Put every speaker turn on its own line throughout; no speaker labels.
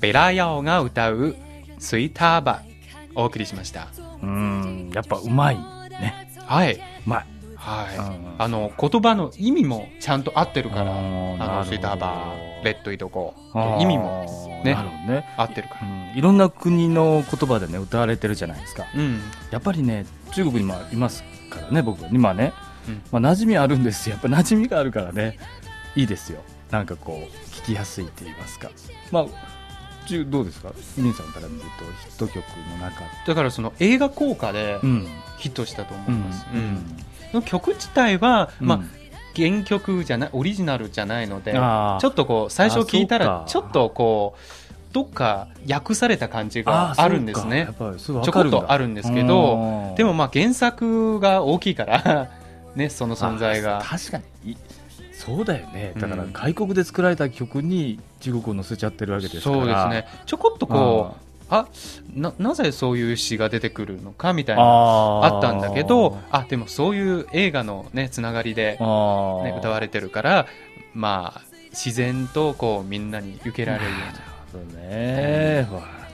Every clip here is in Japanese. ベラヤオが歌うスイターバお送りしました
うんやっぱうまいね
はいう
まい
はい、
うん
あの言葉の意味もちゃんと合ってるから
あーなる
あ
ほど
のスイターバーレッドイドコ
あー
意味もね
なるほどね、
合ってるから
うん、いろんな国の言葉でね歌われてるじゃないですか
うん
やっぱりね中国にもいますからね僕今ね、
うん
まあ、馴染みあるんですよやっぱ馴染みがあるからねいいですよなんかこう聞きやすいって言いますかまあ中どうですか皆さんから見るとヒット曲の中
だからその映画効果で
ん
ヒットしたと思いうます、うんその曲自体は、まあ
うん、
原曲じゃないオリジナルじゃないので
あー
ちょっとこう最初聞いたら
あ
ちょ
そうか
っとこうどっか訳された感じが
ー
あるんですね
そうかやっぱりすぐわ
ちょ
か
こ
る
っ
んだ
とあるんですけど
うん
でもまあ原作が大きいから ねその存在
あ
が
確かにいそうだよねだから
うん
外国で作られた曲に中国を載せちゃってるわけですから
そうですねちょこっとこうあななぜそういう詩が出てくるのかみたいな
あー
あったんだけどあでもそういう映画のねつながりで
あ、ー
ね、歌われてるからまあ自然とこうみんなに受けられるような
そうね、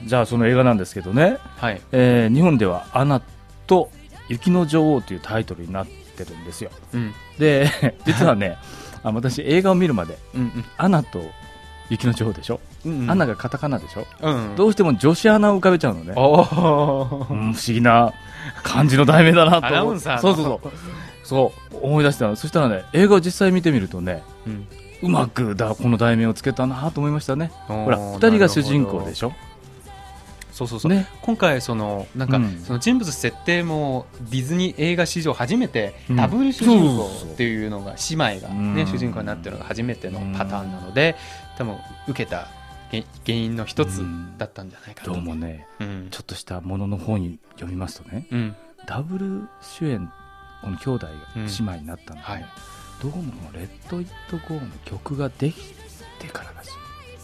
じゃあその映画なんですけどね、
はい
えー日本では「アナと雪の女王」というタイトルになってるんですよ
うん
で 実はねあ私映画を見るまで
うん
「アナと雪の女王」でし
う
ょ、
んうん
アナがカタカナでしょ、
うん
どうしても女子アナを浮か べちゃうのね、
おー
うん、不思議な感じの題名だなと思って
アナウンサーの
そうそうそうそう思い出したのそしたらね映画を実際見てみるとね
うん
うまくだこの題名をつけたなと思いましたねほ
ほ
ら2人が主人公で
ょ
しょ
そうそうそう、
ね
今回そのなんか、
うん
その人物設定もディズニー映画史上初めて
うん
ダブル主人
そう
公
そうそう
っていうのが姉妹がね、
うん
主人公になってるのが初めてのパターンなので多分受けた原原因の一つだったんじゃないかと
どうも
ね
ね
うん
ちょっとしたものの方に読みますとね
うん
ダブル主演この兄弟が
うん
姉妹になったので、ね
はい
どうもこの「レッド・イット・ゴー」の曲ができてかららしい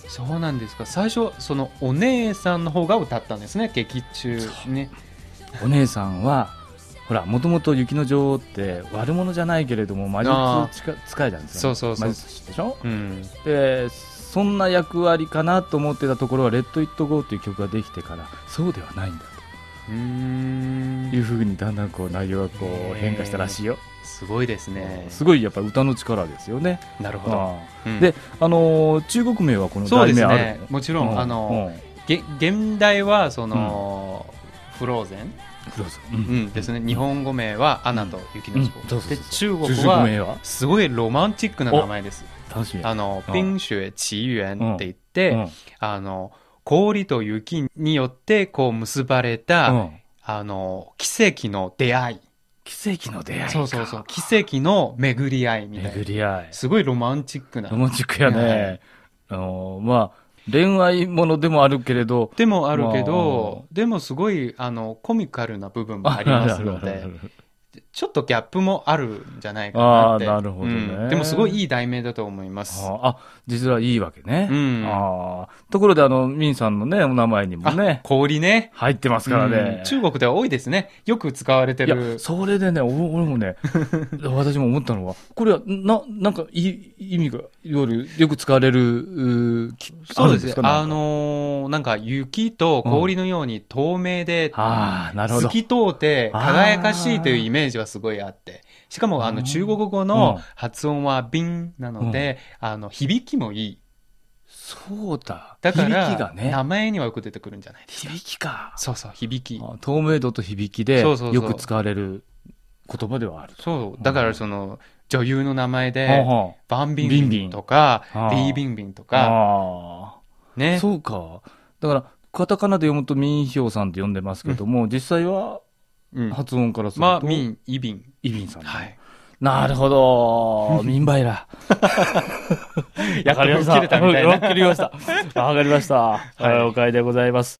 そうなんですか最初そのお姉さんの方が歌ったんですね劇中ね
お姉さんはほらもともと雪の女王って悪者じゃないけれども魔
あー
術使使いなんですよ、ね、
そうそうそう
魔術師でしょ
うん
でそんな役割かなと思ってたところは「レッド・イット・ゴー」っていう曲ができてからそうではないんだ
う
と
ー
い
ん
うふうにだんだんこう内容がこう変化したらしいよ、
すごいですね
すごいやっぱ歌の力ですよね
なるほど、
うん
うん
で、あのー中国名はこの
そうで
題名
す
ある
ねもち
の
ろん、
うん
あの、
うん
げ現代はその、フローゼン、
クローズ
うんですね、日本語名は「アナと雪の女
うん
王
そう」そうそう
で中
中
国
国
は
名は
すごいロマンチックな名前です
楽し
「
み
あの
うん
冰雪奇缘」って言っ
う
て、
ん
あの氷と雪によってこう結ばれた、
うん
あの奇跡の出会い
奇跡の出会いか
そうそうそう奇跡の巡り合いみたい
巡
な
り合い
すごいロマンチックな
ロマンチックやね、あのーまあ恋愛ものでもあるけれど
でもあるけ
ま
どでもすごいあのコミカルな部分 もありますの
あるあるあ
で
る。ある
ちょっとギャップもあるんじゃないかなって。
あーなるほどね
うんでもすごいいい題名だと思います。
あーあ実はいいわけね、
うん
あーところであのミンさんのねお名前にもね
氷ね。
入ってますから
う
ね、
ん中国では多いですね。よく使われて
いや
る。
それでねお俺もね 私も思ったのはこれはななんかいい意味がよりよく使われるうーきあるんですか
あ
なんか
のーなんか雪と氷のように透明で、
あーなるほど
透き通って輝かしいというイメージはすごいあって。しかもあ
う
の
ん
中国語の発音はビンなので、あの響きもいい。
そうだ
だから、
響きがね
名前にはよく出てくるんじゃないですか。
響きか
そうそう、響き。
あ透明度と響きで
そうそうそう
よく使われる言葉ではある
そう、だからその女優の名前で、
はんはん
バンビンビンとか、
ビンビンあー
リービンビンとか、
ああ
ね。
そうかだからカタカナで読むとミンヒョウさんって呼んでますけども、実際は
うん
発音からすると、
まあ、ミン、イビン。
イビンさん、
はい。
なるほ ど。ミンバイラ。
やっと吹っ切れたみたいな
わかりました。わかりました。はい、おかえりでございます。